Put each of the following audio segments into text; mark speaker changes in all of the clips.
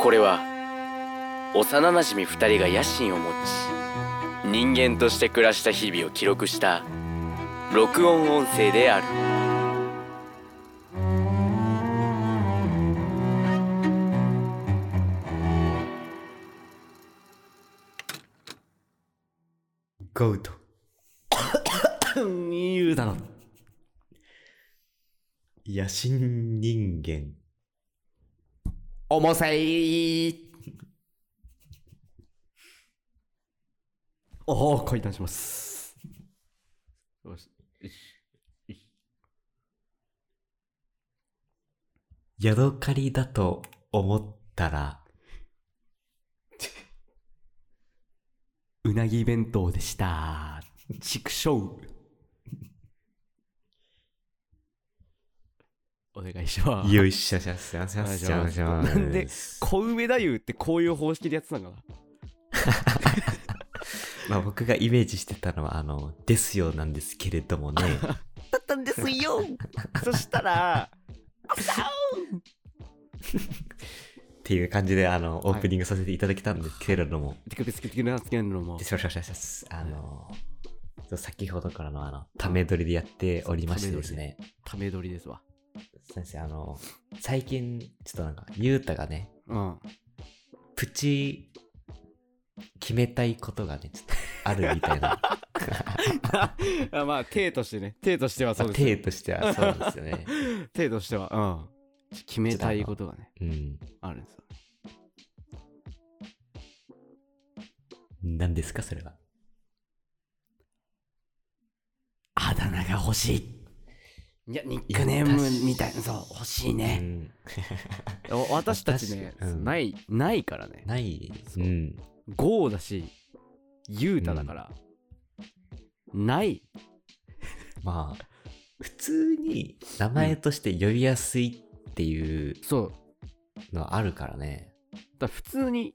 Speaker 1: これは幼なじみ2人が野心を持ち人間として暮らした日々を記録した録音音声である
Speaker 2: ゴウト言うだろ野心人間重さいおお解談しますよしヤドカリだと思ったらうなぎ弁当でした。畜生。
Speaker 3: お願いします。
Speaker 2: よいしょしょしょしょしょしょ。
Speaker 3: なんで小梅太夫ってこういう方式でやってたのか
Speaker 2: まあ僕がイメージしてたのは、あの、ですよなんですけれ どもね。
Speaker 3: だったんですよそしたら、
Speaker 2: っていう感じで、あの、
Speaker 3: い
Speaker 2: オープニングさせていただけたんですけれども。
Speaker 3: テクペスケ的なつけるのも
Speaker 2: で、。しょしょしょしょしょあの、そう先ほどからのあの、ため撮りでやっておりましてですね。
Speaker 3: ため撮りですわ。
Speaker 2: 先生、あの、最近、ちょっとなんか、ゆうたがね、
Speaker 3: うん。
Speaker 2: プチ、決めたいことがね、ちょっとあるみた いな。
Speaker 3: あまあ、体としてね。体としてはそうです。
Speaker 2: 手としてはそうですよね。
Speaker 3: 体としては、うん。決めたいことがね、
Speaker 2: うん。
Speaker 3: あるんですよ。
Speaker 2: 何ですか、それは。
Speaker 3: あだ名が欲しい。いや、ニックネームみたいな、そう、欲しいうね。
Speaker 2: ん
Speaker 3: お私たちね、
Speaker 2: 私うん
Speaker 3: ない、ないからね。
Speaker 2: ない。
Speaker 3: そうんゴーだし、ユータだから、ない。
Speaker 2: まあ、普通に名前として呼びやすいっていう
Speaker 3: そう、
Speaker 2: のはあるからね。
Speaker 3: だから普通に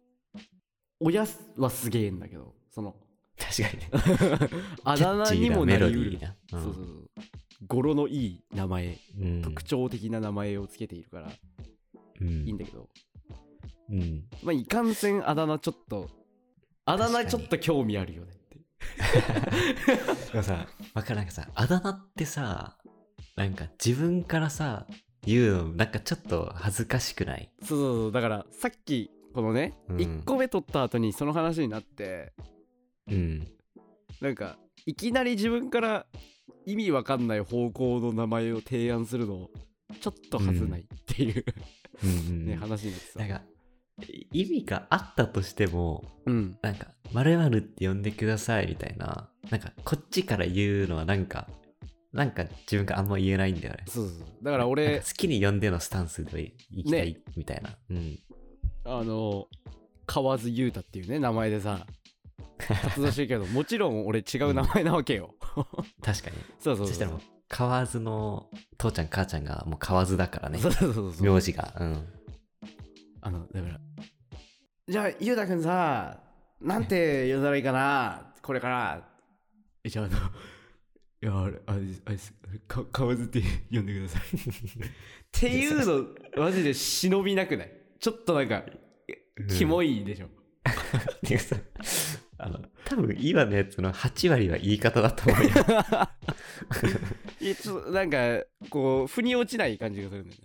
Speaker 3: 親はすげえんだけどそ の
Speaker 2: 確かにね。
Speaker 3: あだ名にもなり
Speaker 2: メロ
Speaker 3: う
Speaker 2: ディ
Speaker 3: る
Speaker 2: ーな。
Speaker 3: そうそう
Speaker 2: う
Speaker 3: そ
Speaker 2: ん
Speaker 3: う語呂のいい名前、
Speaker 2: うん
Speaker 3: 特徴的な名前をつけているから
Speaker 2: うん
Speaker 3: いいんだけど、
Speaker 2: うん。
Speaker 3: まあいかんせんあだ名ちょっとあだ名ちょっと興味あるよねって
Speaker 2: で もさ、わかるなんかさ、あだ名ってさ、なんか自分からさ、言うの、なんかちょっと恥ずかしくない
Speaker 3: そうそうそうだからさっきこのね、
Speaker 2: うん
Speaker 3: 1個目取った後にその話になって
Speaker 2: うん。
Speaker 3: なんかいきなり自分から意味わかんない方向の名前を提案するのちょっとはずないっていう、
Speaker 2: うんうん
Speaker 3: ね、話になってさ
Speaker 2: なんか、意味があったとしても、
Speaker 3: うん、
Speaker 2: なんか、〇〇って呼んでくださいみたいな、なんか、こっちから言うのはなんか、なんか自分があんま言えないんだよね。
Speaker 3: そうそうそうだから
Speaker 2: なん
Speaker 3: 俺
Speaker 2: か好きに呼んでのスタンスで行きたいみたいな。
Speaker 3: あの河津裕太っていうね名前で さ活動してるけどもちろん俺違う名前なわけよ、
Speaker 2: うん。確かに。
Speaker 3: そうそうそう
Speaker 2: そしたらもう、河津の、父ちゃん母ちゃんがもう河津だからね
Speaker 3: そ。うそうそうそう
Speaker 2: 名字が。 うん。
Speaker 3: あのだからじゃあ裕太くんさなんて呼んだらいいかなこれからえじゃああの いやあれあれあれですか河津って呼んでくださいっていうのマジで忍びなくないちょっとなんかキモいでしょ、
Speaker 2: ていうさ、あの、多分今のやつの8割は言い方だ と思うよ。
Speaker 3: いやちょっとなんかこう腑に落ちない感じがするんだよ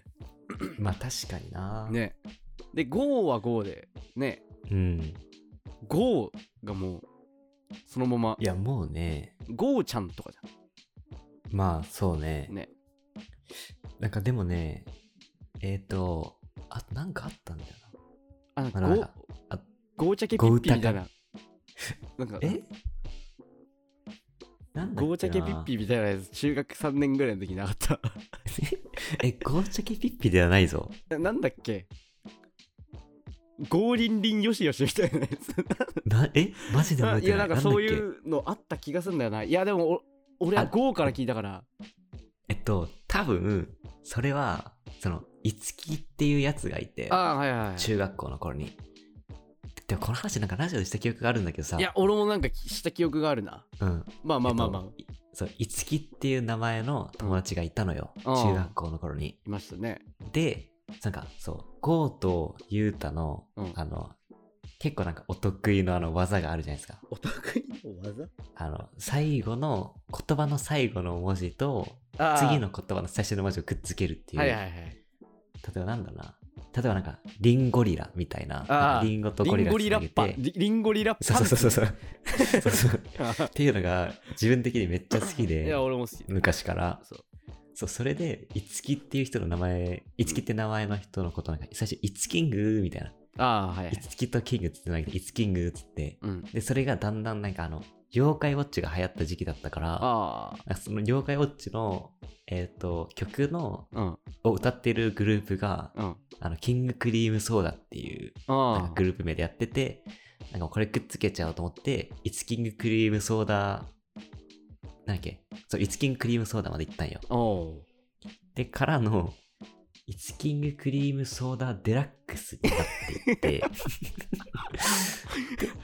Speaker 2: まあ確かにな。
Speaker 3: ね。ねで「GO」は「GO」でね
Speaker 2: うん。
Speaker 3: 「GO」がもうそのまま
Speaker 2: いや、もうね、
Speaker 3: 「GO ちゃん」とかじ
Speaker 2: まあそうね
Speaker 3: ゃん。ね
Speaker 2: なんかでもね、えっ、ー、と、あ、なんかあったんだよ
Speaker 3: あなんか
Speaker 2: な。あなんかあ
Speaker 3: 「GO チャケピッピ」みたいな なんか
Speaker 2: えなんだっけな
Speaker 3: ゴーチャケピッピみたいなやつ中学3年ぐらいの時なかった
Speaker 2: え、ゴーチャケピッピではないぞ。
Speaker 3: えなんだっけゴーリンリンヨシヨシみたいなや
Speaker 2: な、えマジで覚え
Speaker 3: つい
Speaker 2: て
Speaker 3: や
Speaker 2: な。
Speaker 3: ないんかそう
Speaker 2: ないんだっ
Speaker 3: うのあった気がするんだよないやでもお俺は
Speaker 2: あ
Speaker 3: GO から聞いたから
Speaker 2: け。えっと、多分、それは、その、いつきっていうやつがいて、
Speaker 3: ああはいはいはい
Speaker 2: 中学校の頃に。でもこの話なんかラジオでした記憶があるんだけどさ、
Speaker 3: いや、俺もなんかした記憶があるな。
Speaker 2: うん。
Speaker 3: まあまあまあまあ、
Speaker 2: えっといそう、いつきっていう名前の友達がいたのよ。
Speaker 3: うん
Speaker 2: 中学校の頃に。
Speaker 3: いましたね。
Speaker 2: で、なんかそうゴーとユータの、
Speaker 3: うん
Speaker 2: あの結構なんかお得意のあの技があるじゃないですか
Speaker 4: お得意の技
Speaker 2: あの最後の言葉の最後の文字と
Speaker 3: あー
Speaker 2: 次の言葉の最初の文字をくっつけるっていう、
Speaker 3: はいはいはい
Speaker 2: 例えばなんだろうな例えばなんかリンゴリラみたいな
Speaker 3: あー
Speaker 2: リンゴと
Speaker 3: リ
Speaker 2: ゴリ
Speaker 3: ン
Speaker 2: ラ
Speaker 3: ゴリラ
Speaker 2: つ
Speaker 3: ッ
Speaker 2: な
Speaker 3: パ
Speaker 2: げて
Speaker 3: リリンゴリラッパ
Speaker 2: そうそうそ うそうそうそうそう
Speaker 3: う
Speaker 2: っていうのが自分的にめっちゃ好き
Speaker 3: い
Speaker 2: で
Speaker 3: や俺も好き
Speaker 2: 昔から
Speaker 3: そう
Speaker 2: そうそれでいつきっていう人の名前いつきって名前の人のことなんか最初いつキングみたいな
Speaker 3: ああはいはい
Speaker 2: つきとキングっつってなくていつキングっつって
Speaker 3: うん
Speaker 2: でそれがだんだんなんかあの妖怪ウォッチが流行った時期だったから
Speaker 3: あ
Speaker 2: なんかその妖怪ウォッチのえっ、と曲の
Speaker 3: あうん
Speaker 2: を歌ってるグループが
Speaker 3: うん
Speaker 2: あのキングクリームソーダっていうなん
Speaker 3: あ
Speaker 2: か
Speaker 3: あ
Speaker 2: グループ名でやってて、なんかこれくっつけちゃおうと思って、イツキングクリームソーダ、なんだっけそう、イツキングクリームソーダまで行ったんよ。
Speaker 3: おお
Speaker 2: で、からの、イツキングクリームソーダデラックスにな っていって、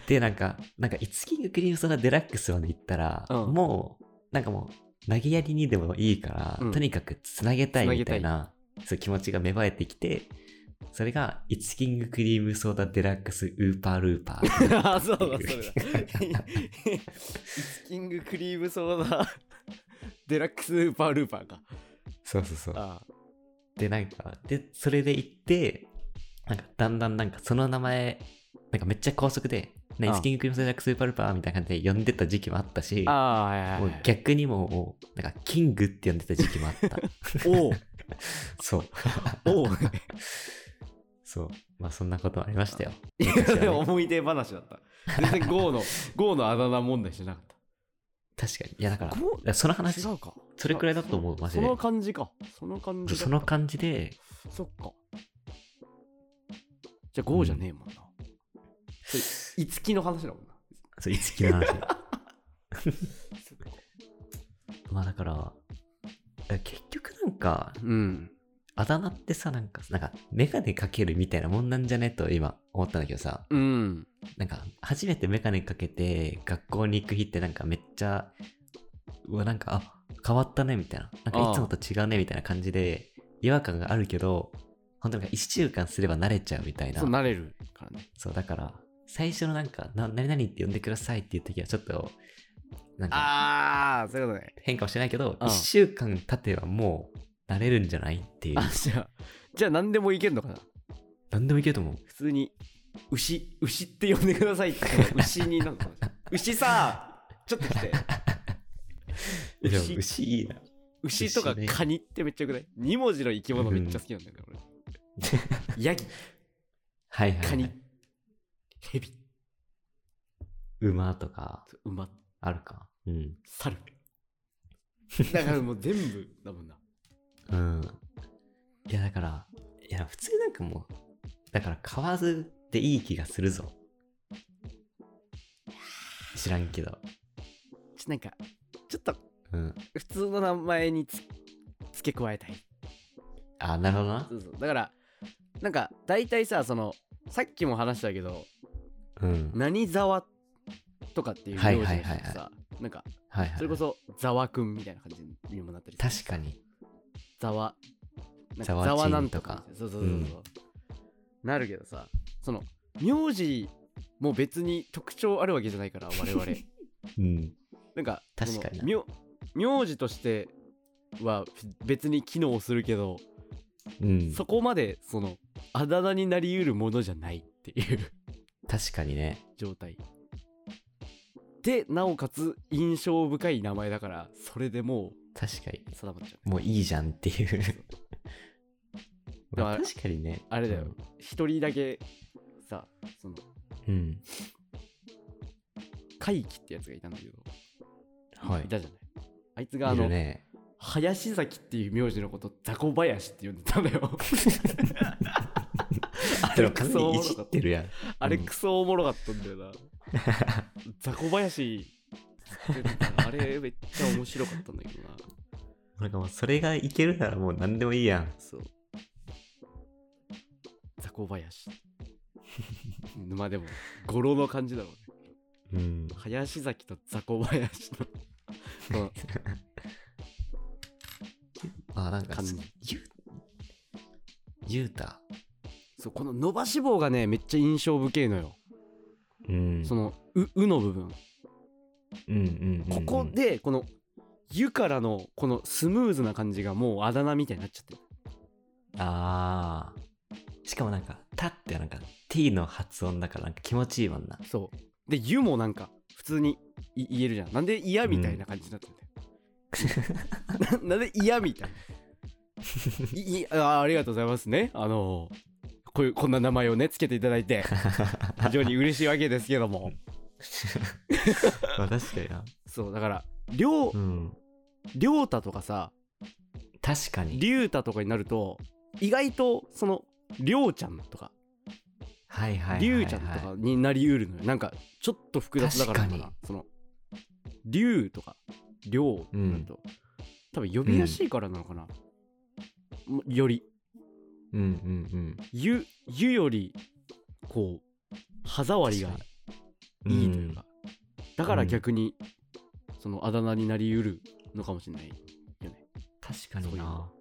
Speaker 2: で、なんか、なんか、イツキングクリームソーダデラックスまで行ったら、
Speaker 3: うん
Speaker 2: もう、なんかもう、投げやりにでもいいから、
Speaker 3: うん
Speaker 2: とにかくつなげたい
Speaker 3: つなげ
Speaker 2: み
Speaker 3: た
Speaker 2: た
Speaker 3: い
Speaker 2: いな、そういう気持ちが芽生えてきて、それが、イツキングクリームソーダデラックスウーパールーパー。
Speaker 3: ああそうだそれだイスキングクリームソーダデラックスウーパールーパーか
Speaker 2: そうそうそう。
Speaker 3: あ
Speaker 2: で、なんか、で、それで行って、なんか、だんだんなんか、その名前、なんかめっちゃ高速で、ね、
Speaker 3: あ
Speaker 2: イスキングクリームソーダスーパールーパーみたいな感じで呼んでた時期もあったし、
Speaker 3: あああはいはい
Speaker 2: も
Speaker 3: は
Speaker 2: う
Speaker 3: い
Speaker 2: 逆にもうもう、なんか、キングって呼んでた時期もあった。
Speaker 3: おう
Speaker 2: そう。
Speaker 3: おう
Speaker 2: そう。まあ、そんなこともありましたよ。
Speaker 3: いや
Speaker 2: 昔はね
Speaker 3: でも思い出話だった全然 GO の GO のあだ名問題じゃなかっ
Speaker 2: 確かに。いや、だから、
Speaker 3: こう
Speaker 2: いやその
Speaker 3: た
Speaker 2: 話、
Speaker 3: 違うか
Speaker 2: それくらいだと思う、マジ
Speaker 3: そ
Speaker 2: で
Speaker 3: の。感じかその感じだ
Speaker 2: その感じで、
Speaker 3: そっかじゃあ GO じゃねえもんなそれいつきの話だもんな
Speaker 2: そう、いつきの話。まあ、だから、え結局なんか、
Speaker 3: うん
Speaker 2: あだ名ってさ、なんか、なんか、メガネかけるみたいなもんなんじゃねと今思ったんだけどさ、
Speaker 3: うん
Speaker 2: なんか、初めてメガネかけて学校に行く日ってなんかめっちゃ、うわ、なんか、あ、変わったねみたいな。なん
Speaker 3: あ
Speaker 2: か
Speaker 3: あ
Speaker 2: いつもと違うねみたいな感じで、違和感があるけど、本当なんか1週間すれば慣れちゃうみたいな。
Speaker 3: そうなれるからね
Speaker 2: そう、だから、最初のなんか、な、何々って呼んでくださいっていう時はちょっと、なんか
Speaker 3: ああそういうことね
Speaker 2: 変かもしれないけど、
Speaker 3: うん
Speaker 2: 1週間経てばもう慣れるんじゃないっていう
Speaker 3: あ。じゃあじゃあ何でもいけるのかな
Speaker 2: 何でもいけると思う。
Speaker 3: 普通に牛牛って呼んでくださいって牛になるのかもしれない牛さちょっと来て
Speaker 2: いやでも
Speaker 3: 牛
Speaker 2: 牛いいな。
Speaker 3: 牛とか
Speaker 2: 牛ね
Speaker 3: カニってめっちゃよくない2文字の生き物めっちゃ好きなんだよね、俺ヤギ
Speaker 2: はいはい、はい。
Speaker 3: カニヘビ
Speaker 2: 馬とか、
Speaker 3: 馬
Speaker 2: あるか。うん。
Speaker 3: 猿だからもう全部だもんな
Speaker 2: うん。いや、だから、いや、普通なんかもう、だから買わずでいい気がするぞ。知らんけど。
Speaker 3: ちなんかちょっと
Speaker 2: うん。
Speaker 3: 普通の名前につ付け加えたい
Speaker 2: あ、なるほどな
Speaker 3: そ。うそうだからなんか大体さそのさっきも話したけど
Speaker 2: うん。
Speaker 3: 何沢とかっていう
Speaker 2: はい
Speaker 3: 名字の
Speaker 2: はいは
Speaker 3: 人
Speaker 2: いはい
Speaker 3: ってさなんか
Speaker 2: はいはい。
Speaker 3: それこ。そざわくんみたいな感じにもなったりする
Speaker 2: 確かに。
Speaker 3: ざわなん
Speaker 2: ざ
Speaker 3: か
Speaker 2: わ
Speaker 3: ざわ
Speaker 2: ちん
Speaker 3: なんと
Speaker 2: とか
Speaker 3: かそうそうそうそう、なるけどさその名字も別に特徴あるわけじゃないから我々
Speaker 2: うん。
Speaker 3: なんか
Speaker 2: 確かに
Speaker 3: そ
Speaker 2: な
Speaker 3: の名名字としては別に機能するけど、
Speaker 2: うん。
Speaker 3: そこまでそのあだ名になりうるものじゃないっていう
Speaker 2: 確かにね。
Speaker 3: 状態でなおかつ印象深い名前だからそれでも
Speaker 2: 確かに。
Speaker 3: う定まっちゃう
Speaker 2: もういいじゃんっていう。
Speaker 3: でも
Speaker 2: まあ、確かにね。
Speaker 3: あれだよ一人だけさその
Speaker 2: うん。うん。
Speaker 3: 怪奇ってやつがいたんだけど、
Speaker 2: はい
Speaker 3: いたじゃないあいつがあ
Speaker 2: い
Speaker 3: の、
Speaker 2: るね。
Speaker 3: 林崎っていう名字のこと雑魚林って呼んでたんだ よあ
Speaker 2: で
Speaker 3: れ
Speaker 2: も
Speaker 3: ク
Speaker 2: 完
Speaker 3: ソ
Speaker 2: 全
Speaker 3: お
Speaker 2: にい
Speaker 3: もろ
Speaker 2: じ
Speaker 3: かっ
Speaker 2: ったてるやん。
Speaker 3: あれ
Speaker 2: うん
Speaker 3: クソおもろかったんだよ な雑魚林って言ってたあれめっちゃ面白かったんだけどな
Speaker 2: なんかもうそれがいけるならもう何でもいいやん。
Speaker 3: そう雑魚林まあでも語呂の感じだろうね
Speaker 2: うん。
Speaker 3: 林崎と雑魚林のこの
Speaker 2: あ、なんか
Speaker 3: 感じ、
Speaker 2: ゆ、ゆうた。
Speaker 3: そうこの伸ばし棒がねめっちゃ印象深いのよ、
Speaker 2: うん。
Speaker 3: その「う」うの部分
Speaker 2: うんうんうんう
Speaker 3: こ
Speaker 2: ん
Speaker 3: こ。でこの「ゆ」からのこのスムーズな感じがもうあだ名みたいになっちゃってる
Speaker 2: ああ。しかもなんか、たってなんか t の発音だからなんか気持ちいいもん な。
Speaker 3: そうで「ゆ」もなんか普通にい言えるじゃんなんで嫌みたいな感じになってる、ん だよ、ななんで嫌みたいないいあありがとうございますねあのこういうこんな名前をねつけていただいて非常に嬉しいわけですけども
Speaker 2: まあ確かにな。
Speaker 3: そうだからりょう
Speaker 2: うん。
Speaker 3: りょうたとかさ
Speaker 2: 確かに。
Speaker 3: リュウタとかになると意外とそのりょうちゃんとか
Speaker 2: はいはいはい、はい。
Speaker 3: りゅうちゃんとかになりうるのよなんかちょっと複雑だからか
Speaker 2: 確か
Speaker 3: なそのりゅうとかりょうってなると、多分呼びやすいからなのかな、もより
Speaker 2: うんうん
Speaker 3: ゆゆよりこう歯触りが
Speaker 2: うん。
Speaker 3: いいというか、だから逆にそのあだ名になりうるのかもしれない
Speaker 2: 確かに
Speaker 3: そういう
Speaker 2: な
Speaker 3: の。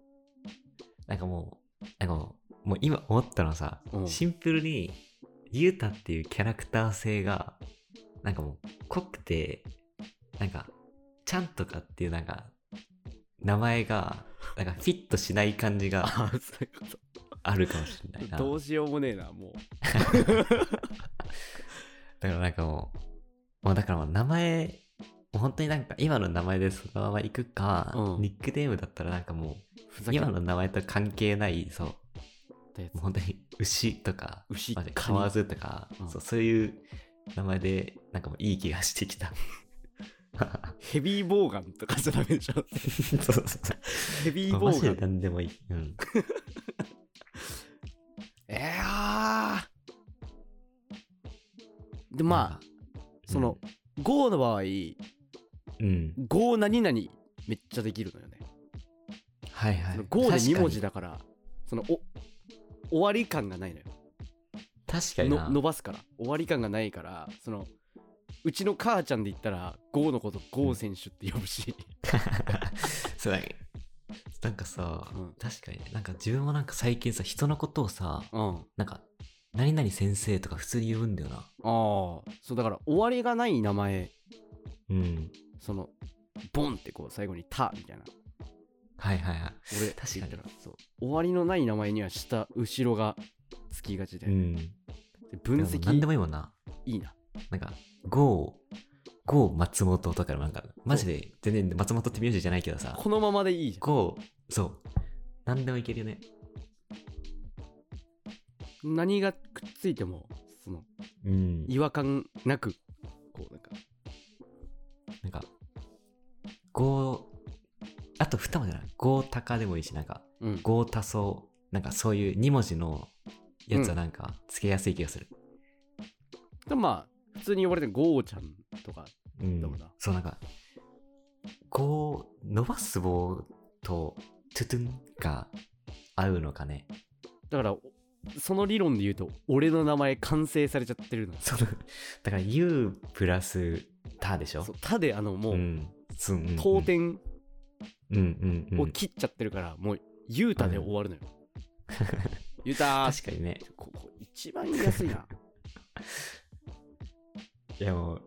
Speaker 2: なんかもう、なんかもう、もう今思ったのはさ、
Speaker 3: うん
Speaker 2: シンプルに、ゆうたっていうキャラクター性が、なんかもう、濃くて、なんか、ちゃんとかっていうなんか、名前が、なんかフィットしない感 じが
Speaker 3: あそういうこ
Speaker 2: あるかもしれない
Speaker 3: と
Speaker 2: な。
Speaker 3: どうしようもねえなもう
Speaker 2: だからなんかもう、もうだからもう名前、もう本当になんか今の名前でそのまま行くか、
Speaker 3: うん
Speaker 2: ニックネームだったらなんかも
Speaker 3: ふ
Speaker 2: う、
Speaker 3: ざけ
Speaker 2: 今
Speaker 3: んなっ
Speaker 2: の名前と関係ない、そう、
Speaker 3: たやつ
Speaker 2: もう本当に牛とか、
Speaker 3: 牛
Speaker 2: まあね
Speaker 3: カニ
Speaker 2: 河津とか、
Speaker 3: うん
Speaker 2: そうそういう名前で、なんかもういい気がして きた。
Speaker 3: ヘビーボーガンとかじゃダメでしょ
Speaker 2: そうそうそう。
Speaker 3: ヘビ
Speaker 2: ま
Speaker 3: ー
Speaker 2: あ
Speaker 3: ボ
Speaker 2: マジ
Speaker 3: ーガ
Speaker 2: で
Speaker 3: ン。
Speaker 2: 何でもいい。うん。
Speaker 3: えー、で、まあ、
Speaker 2: あ
Speaker 3: その、5の場合、
Speaker 2: うん。
Speaker 3: 5何々めっちゃできるのよね。
Speaker 2: はいはい。
Speaker 3: 5で2文字
Speaker 2: だ。
Speaker 3: だから、その、お、終わり感がないのよ。
Speaker 2: 確かにな。
Speaker 3: の伸ばすから。終わり感がないから、その、うちの母ちゃんで言ったら、5のこと5選手って呼ぶし。
Speaker 2: そうだねなんかさ、
Speaker 3: うん
Speaker 2: 確かにねなんか自分もなんか最近さ、人のことをさ、
Speaker 3: うん。あ
Speaker 2: なんか、何々先生とか普通に呼ぶんだよな。
Speaker 3: あー、そうだから、終わりがない名前、
Speaker 2: うん。
Speaker 3: その、ボンってこう、最後に、たみたいな。
Speaker 2: はいはいはい。
Speaker 3: 俺
Speaker 2: 確かに
Speaker 3: って言ったらそう終わりのない名前には下後ろがつきがちで,、
Speaker 2: うん。
Speaker 3: で分
Speaker 2: でも何で
Speaker 3: 析
Speaker 2: もいいもんな。
Speaker 3: いいな
Speaker 2: なんか、ゴー、ゴー松本とかでもなんか、マジで全然松本って名字じゃないけどさ、
Speaker 3: このままでいいじ
Speaker 2: ゴー、そう。何でもいけるよね。
Speaker 3: ゃん何がくっついてもその
Speaker 2: うん。
Speaker 3: 違和感なくこうなんか
Speaker 2: なんか、ゴー、あと二文字だな。ゴータカでもいいし、なんか、
Speaker 3: うん
Speaker 2: ゴータソウ、なんかそういう二文字のやつはなんか、つけやすい気がする。
Speaker 3: でもまあ普通に呼ばれてゴーちゃんとか
Speaker 2: うん
Speaker 3: だもんな
Speaker 2: そうなんか、こう、伸ばす棒とトゥトゥンが合うのかね。
Speaker 3: だからおその理論で言うと俺の名前完成されちゃってるの
Speaker 2: その、だから U プラスタでしょ
Speaker 3: そうたであのもう、
Speaker 2: ん。そううんうん
Speaker 3: 当店
Speaker 2: うんうんうん
Speaker 3: を切っちゃってるから、もうユータで終わるのよ、ユータ
Speaker 2: 確かにね。
Speaker 3: ここ一番言いやすいな
Speaker 2: いやもう、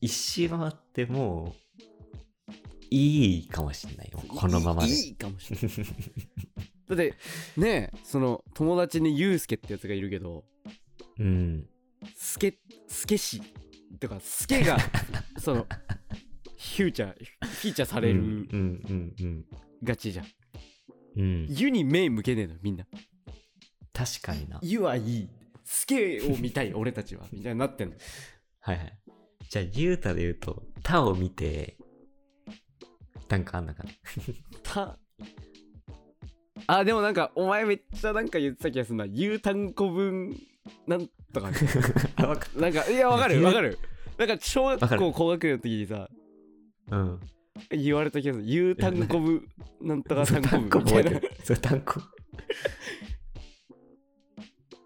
Speaker 2: 一周回ってもう、いいかもしれないよ。 このままで。
Speaker 3: いいいいかもしれないだってねえその友達にユうスケってやつがいるけど
Speaker 2: うん。
Speaker 3: スケスケ氏とかスケ がそのフューチャーフィーチャーさ
Speaker 2: あ
Speaker 3: れ
Speaker 2: う
Speaker 3: る
Speaker 2: んうんうん
Speaker 3: がちじゃん、
Speaker 2: うん。うん。
Speaker 3: ユに目向けねえのよみんな
Speaker 2: 確かにな。
Speaker 3: ユはいいスケを見たい俺たちはみたいになってんの
Speaker 2: はいはい。じゃあ、ゆうたで言うと、たを見て、なんかあんのかな。
Speaker 3: たあでもなんかお前めっちゃなんか言ってた気がするなユう単語分なんとか
Speaker 2: あ、わか
Speaker 3: なんかいやわかるわかるなんか小
Speaker 2: わか
Speaker 3: 学
Speaker 2: る
Speaker 3: 校高学年の時にさ
Speaker 2: うん。
Speaker 3: 言われた気がする。ゆうたんこぶ、なんとかたんこぶ
Speaker 2: こ
Speaker 3: みたい
Speaker 2: 覚え て
Speaker 3: な。
Speaker 2: る。そう、単語。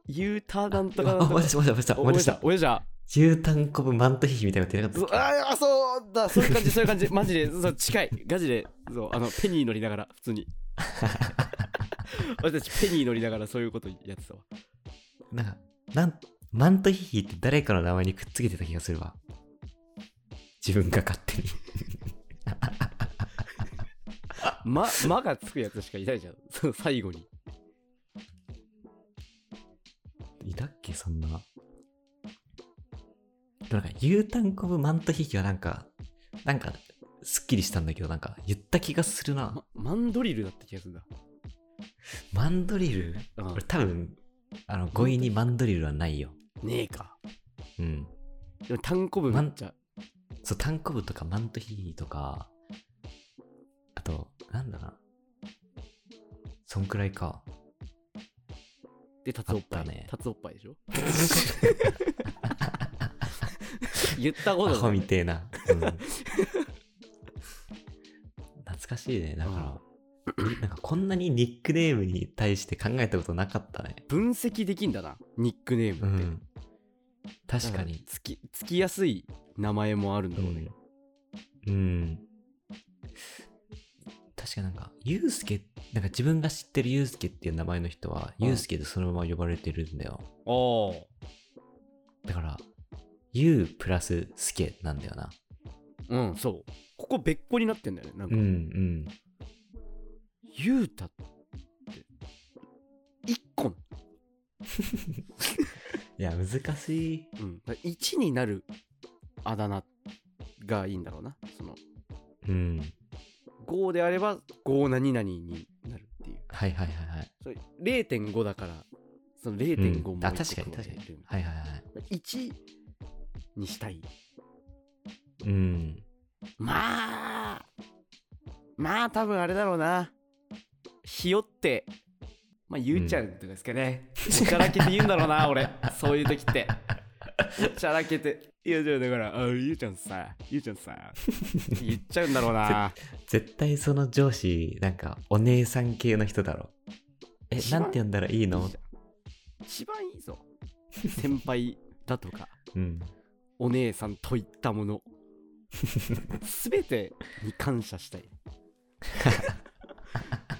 Speaker 3: ゆうたなんとか
Speaker 2: あ
Speaker 3: なんと
Speaker 2: 思い
Speaker 3: か
Speaker 2: 出。した、思い出した、思い
Speaker 3: おや
Speaker 2: 出した。
Speaker 3: じゃ。
Speaker 2: ゆうたんこぶマントヒヒみたいなのってなかったっ
Speaker 3: ああ、そうだ、そういう感じ、そういう 感じ。マジで、そう近い。ガチで、そう、あの、ペニー乗りながら、普通に。俺たちペニー乗りながらそういうことやってたわ。
Speaker 2: なんか、なん、マントヒヒって誰かの名前にくっつけてた気がするわ。自分が勝手に。
Speaker 3: ま、まがつくやつしかいないじゃん。その最後に。
Speaker 2: いたっけそんな。でもなんか、U タンコブマントヒヒはなんか、なんか、すっきりしたんだけど、なんか、言った気がするな
Speaker 3: ま。マンドリルだった気がするんだ。
Speaker 2: マンドリル
Speaker 3: うん
Speaker 2: 俺多分、あの、語彙にマンドリルはないよ。
Speaker 3: ねえか。
Speaker 2: うん。
Speaker 3: でも、タンコブめっちゃ。
Speaker 2: そう、タンコブとかマントヒヒとか、あと、なんだろうな。そんくらいか。
Speaker 3: で、タツオッパ
Speaker 2: あっ
Speaker 3: イ。
Speaker 2: たね
Speaker 3: タツオッパイでしょ 言ったこ
Speaker 2: ア
Speaker 3: と
Speaker 2: ホ
Speaker 3: ない
Speaker 2: みてえな。うん懐かしいね。だから、なんかこんなにニックネームに対して考えたことなかったね。
Speaker 3: 分析できんだな、ニックネー
Speaker 2: う
Speaker 3: ムって。
Speaker 2: ん。確かに。
Speaker 3: つき、つきやすい名前もあるんだ
Speaker 2: う
Speaker 3: ろうね
Speaker 2: ん。。うん確かなんか、ユうスケ、なんか自分が知ってるユうスケっていう名前の人は、
Speaker 3: うん
Speaker 2: ユうスケでそのまま呼ばれてるんだよ。
Speaker 3: おー
Speaker 2: だから、ユうプラススケなんだよな。
Speaker 3: うん、そう。ここ別個になってんだよね。なん
Speaker 2: う
Speaker 3: か、
Speaker 2: んうん。
Speaker 3: ユータって、1個、
Speaker 2: いや、難しい。
Speaker 3: うん、1になるあだ名がいいんだろうな。その、
Speaker 2: うん。
Speaker 3: 5であれば5何々になるっていう。
Speaker 2: はいはいはいはい。
Speaker 3: それ0.5だから、その0.5
Speaker 2: う
Speaker 3: も
Speaker 2: ん、
Speaker 3: う
Speaker 2: あ
Speaker 3: 一個
Speaker 2: 確かに
Speaker 3: 加え
Speaker 2: 確かに
Speaker 3: てる。
Speaker 2: はいはいはい。
Speaker 3: 1にしたい。
Speaker 2: うん。
Speaker 3: まあ、まあ多分あれだろうな。ひよって、まあ言うちゃうとかですかね。おちゃらけて言うんだろうな、俺。そういう時って。おちゃらけて。いや、じゃあだから、あゆうちゃんさ、ゆうちゃんさ、言っちゃうんだろう な。
Speaker 2: 絶対その上司、なんかお姉さん系の人だろ。え、
Speaker 3: 知ら
Speaker 2: なんんて呼んだらいいの
Speaker 3: 一番いいぞ。先輩だとか、
Speaker 2: うん。
Speaker 3: お姉さんといったもの。すべてに感謝したい。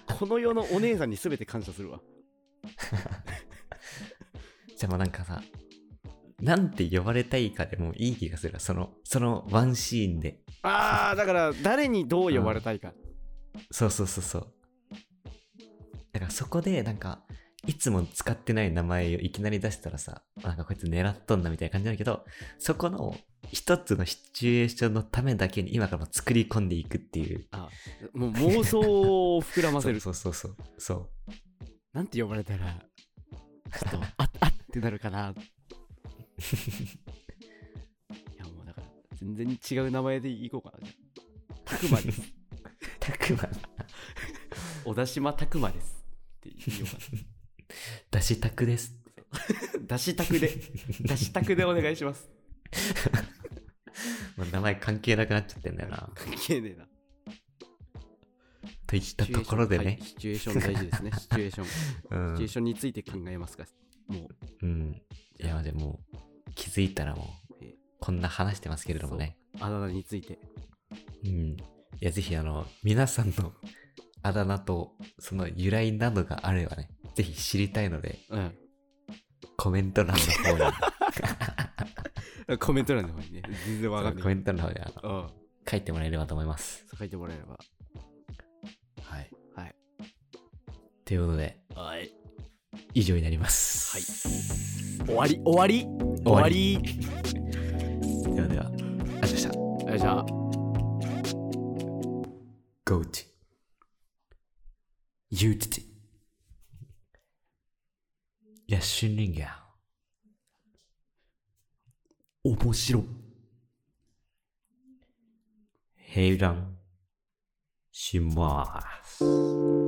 Speaker 3: この世のお姉さんにすべて感謝するわ。
Speaker 2: じゃあもうなんかさ、なんて呼ばれたいかでもいい気がするわ。その、そのワンシーンで。
Speaker 3: ああだから誰にどう呼ばれたいか、
Speaker 2: そうそうそうそう。だからそこで、なんか、いつも使ってない名前をいきなり出したらさ、なんかこいつ狙っとんなみたいな感じだけど、そこの一つのシチュエーションのためだけに今からも作り込んでいくっていう。
Speaker 3: あーもう妄想を膨らま せる
Speaker 2: そうそうそうそう。そう
Speaker 3: なんて呼ばれたらちょっとああってなるかないやもうだから全然違う名前でいこうかなじゃあたくまです
Speaker 2: たくま、
Speaker 3: 小田島たくまですって言おうか
Speaker 2: だしたくです。
Speaker 3: な 出したくで出したくでお願いします
Speaker 2: もう名前関係なくなっちゃってんだよな。
Speaker 3: 関係ねえな
Speaker 2: といったところでね
Speaker 3: シ。チュエーションはいシチュエーション大事 ですねシチュエーションシ
Speaker 2: う
Speaker 3: チュエー
Speaker 2: ん。
Speaker 3: ションについて考えますかも
Speaker 2: うん。いや、まあでも、気づいたらもう
Speaker 3: え、
Speaker 2: こんな話してますけれどもね。
Speaker 3: うあだ名について
Speaker 2: うん。いや、ぜひ、あの、皆さんのあだ名と、その由来などがあればね、ぜひ知りたいので、
Speaker 3: うん
Speaker 2: コメント欄の 方に
Speaker 3: コメント欄の方にね、全然わかん
Speaker 2: そう
Speaker 3: な
Speaker 2: コ
Speaker 3: い。
Speaker 2: メント欄の方にあの
Speaker 3: うん。
Speaker 2: 書いてもらえればと思います。
Speaker 3: そう書いてもらえれば。はい。はい。
Speaker 2: ということで、
Speaker 3: はい。
Speaker 2: 以上になります。
Speaker 3: 終わり終わり終わ
Speaker 2: わ
Speaker 3: り
Speaker 2: ではでは、ありがとうございました。
Speaker 3: よいしょ。
Speaker 2: Goat. Youth. 野心人間。面白。 平乱します。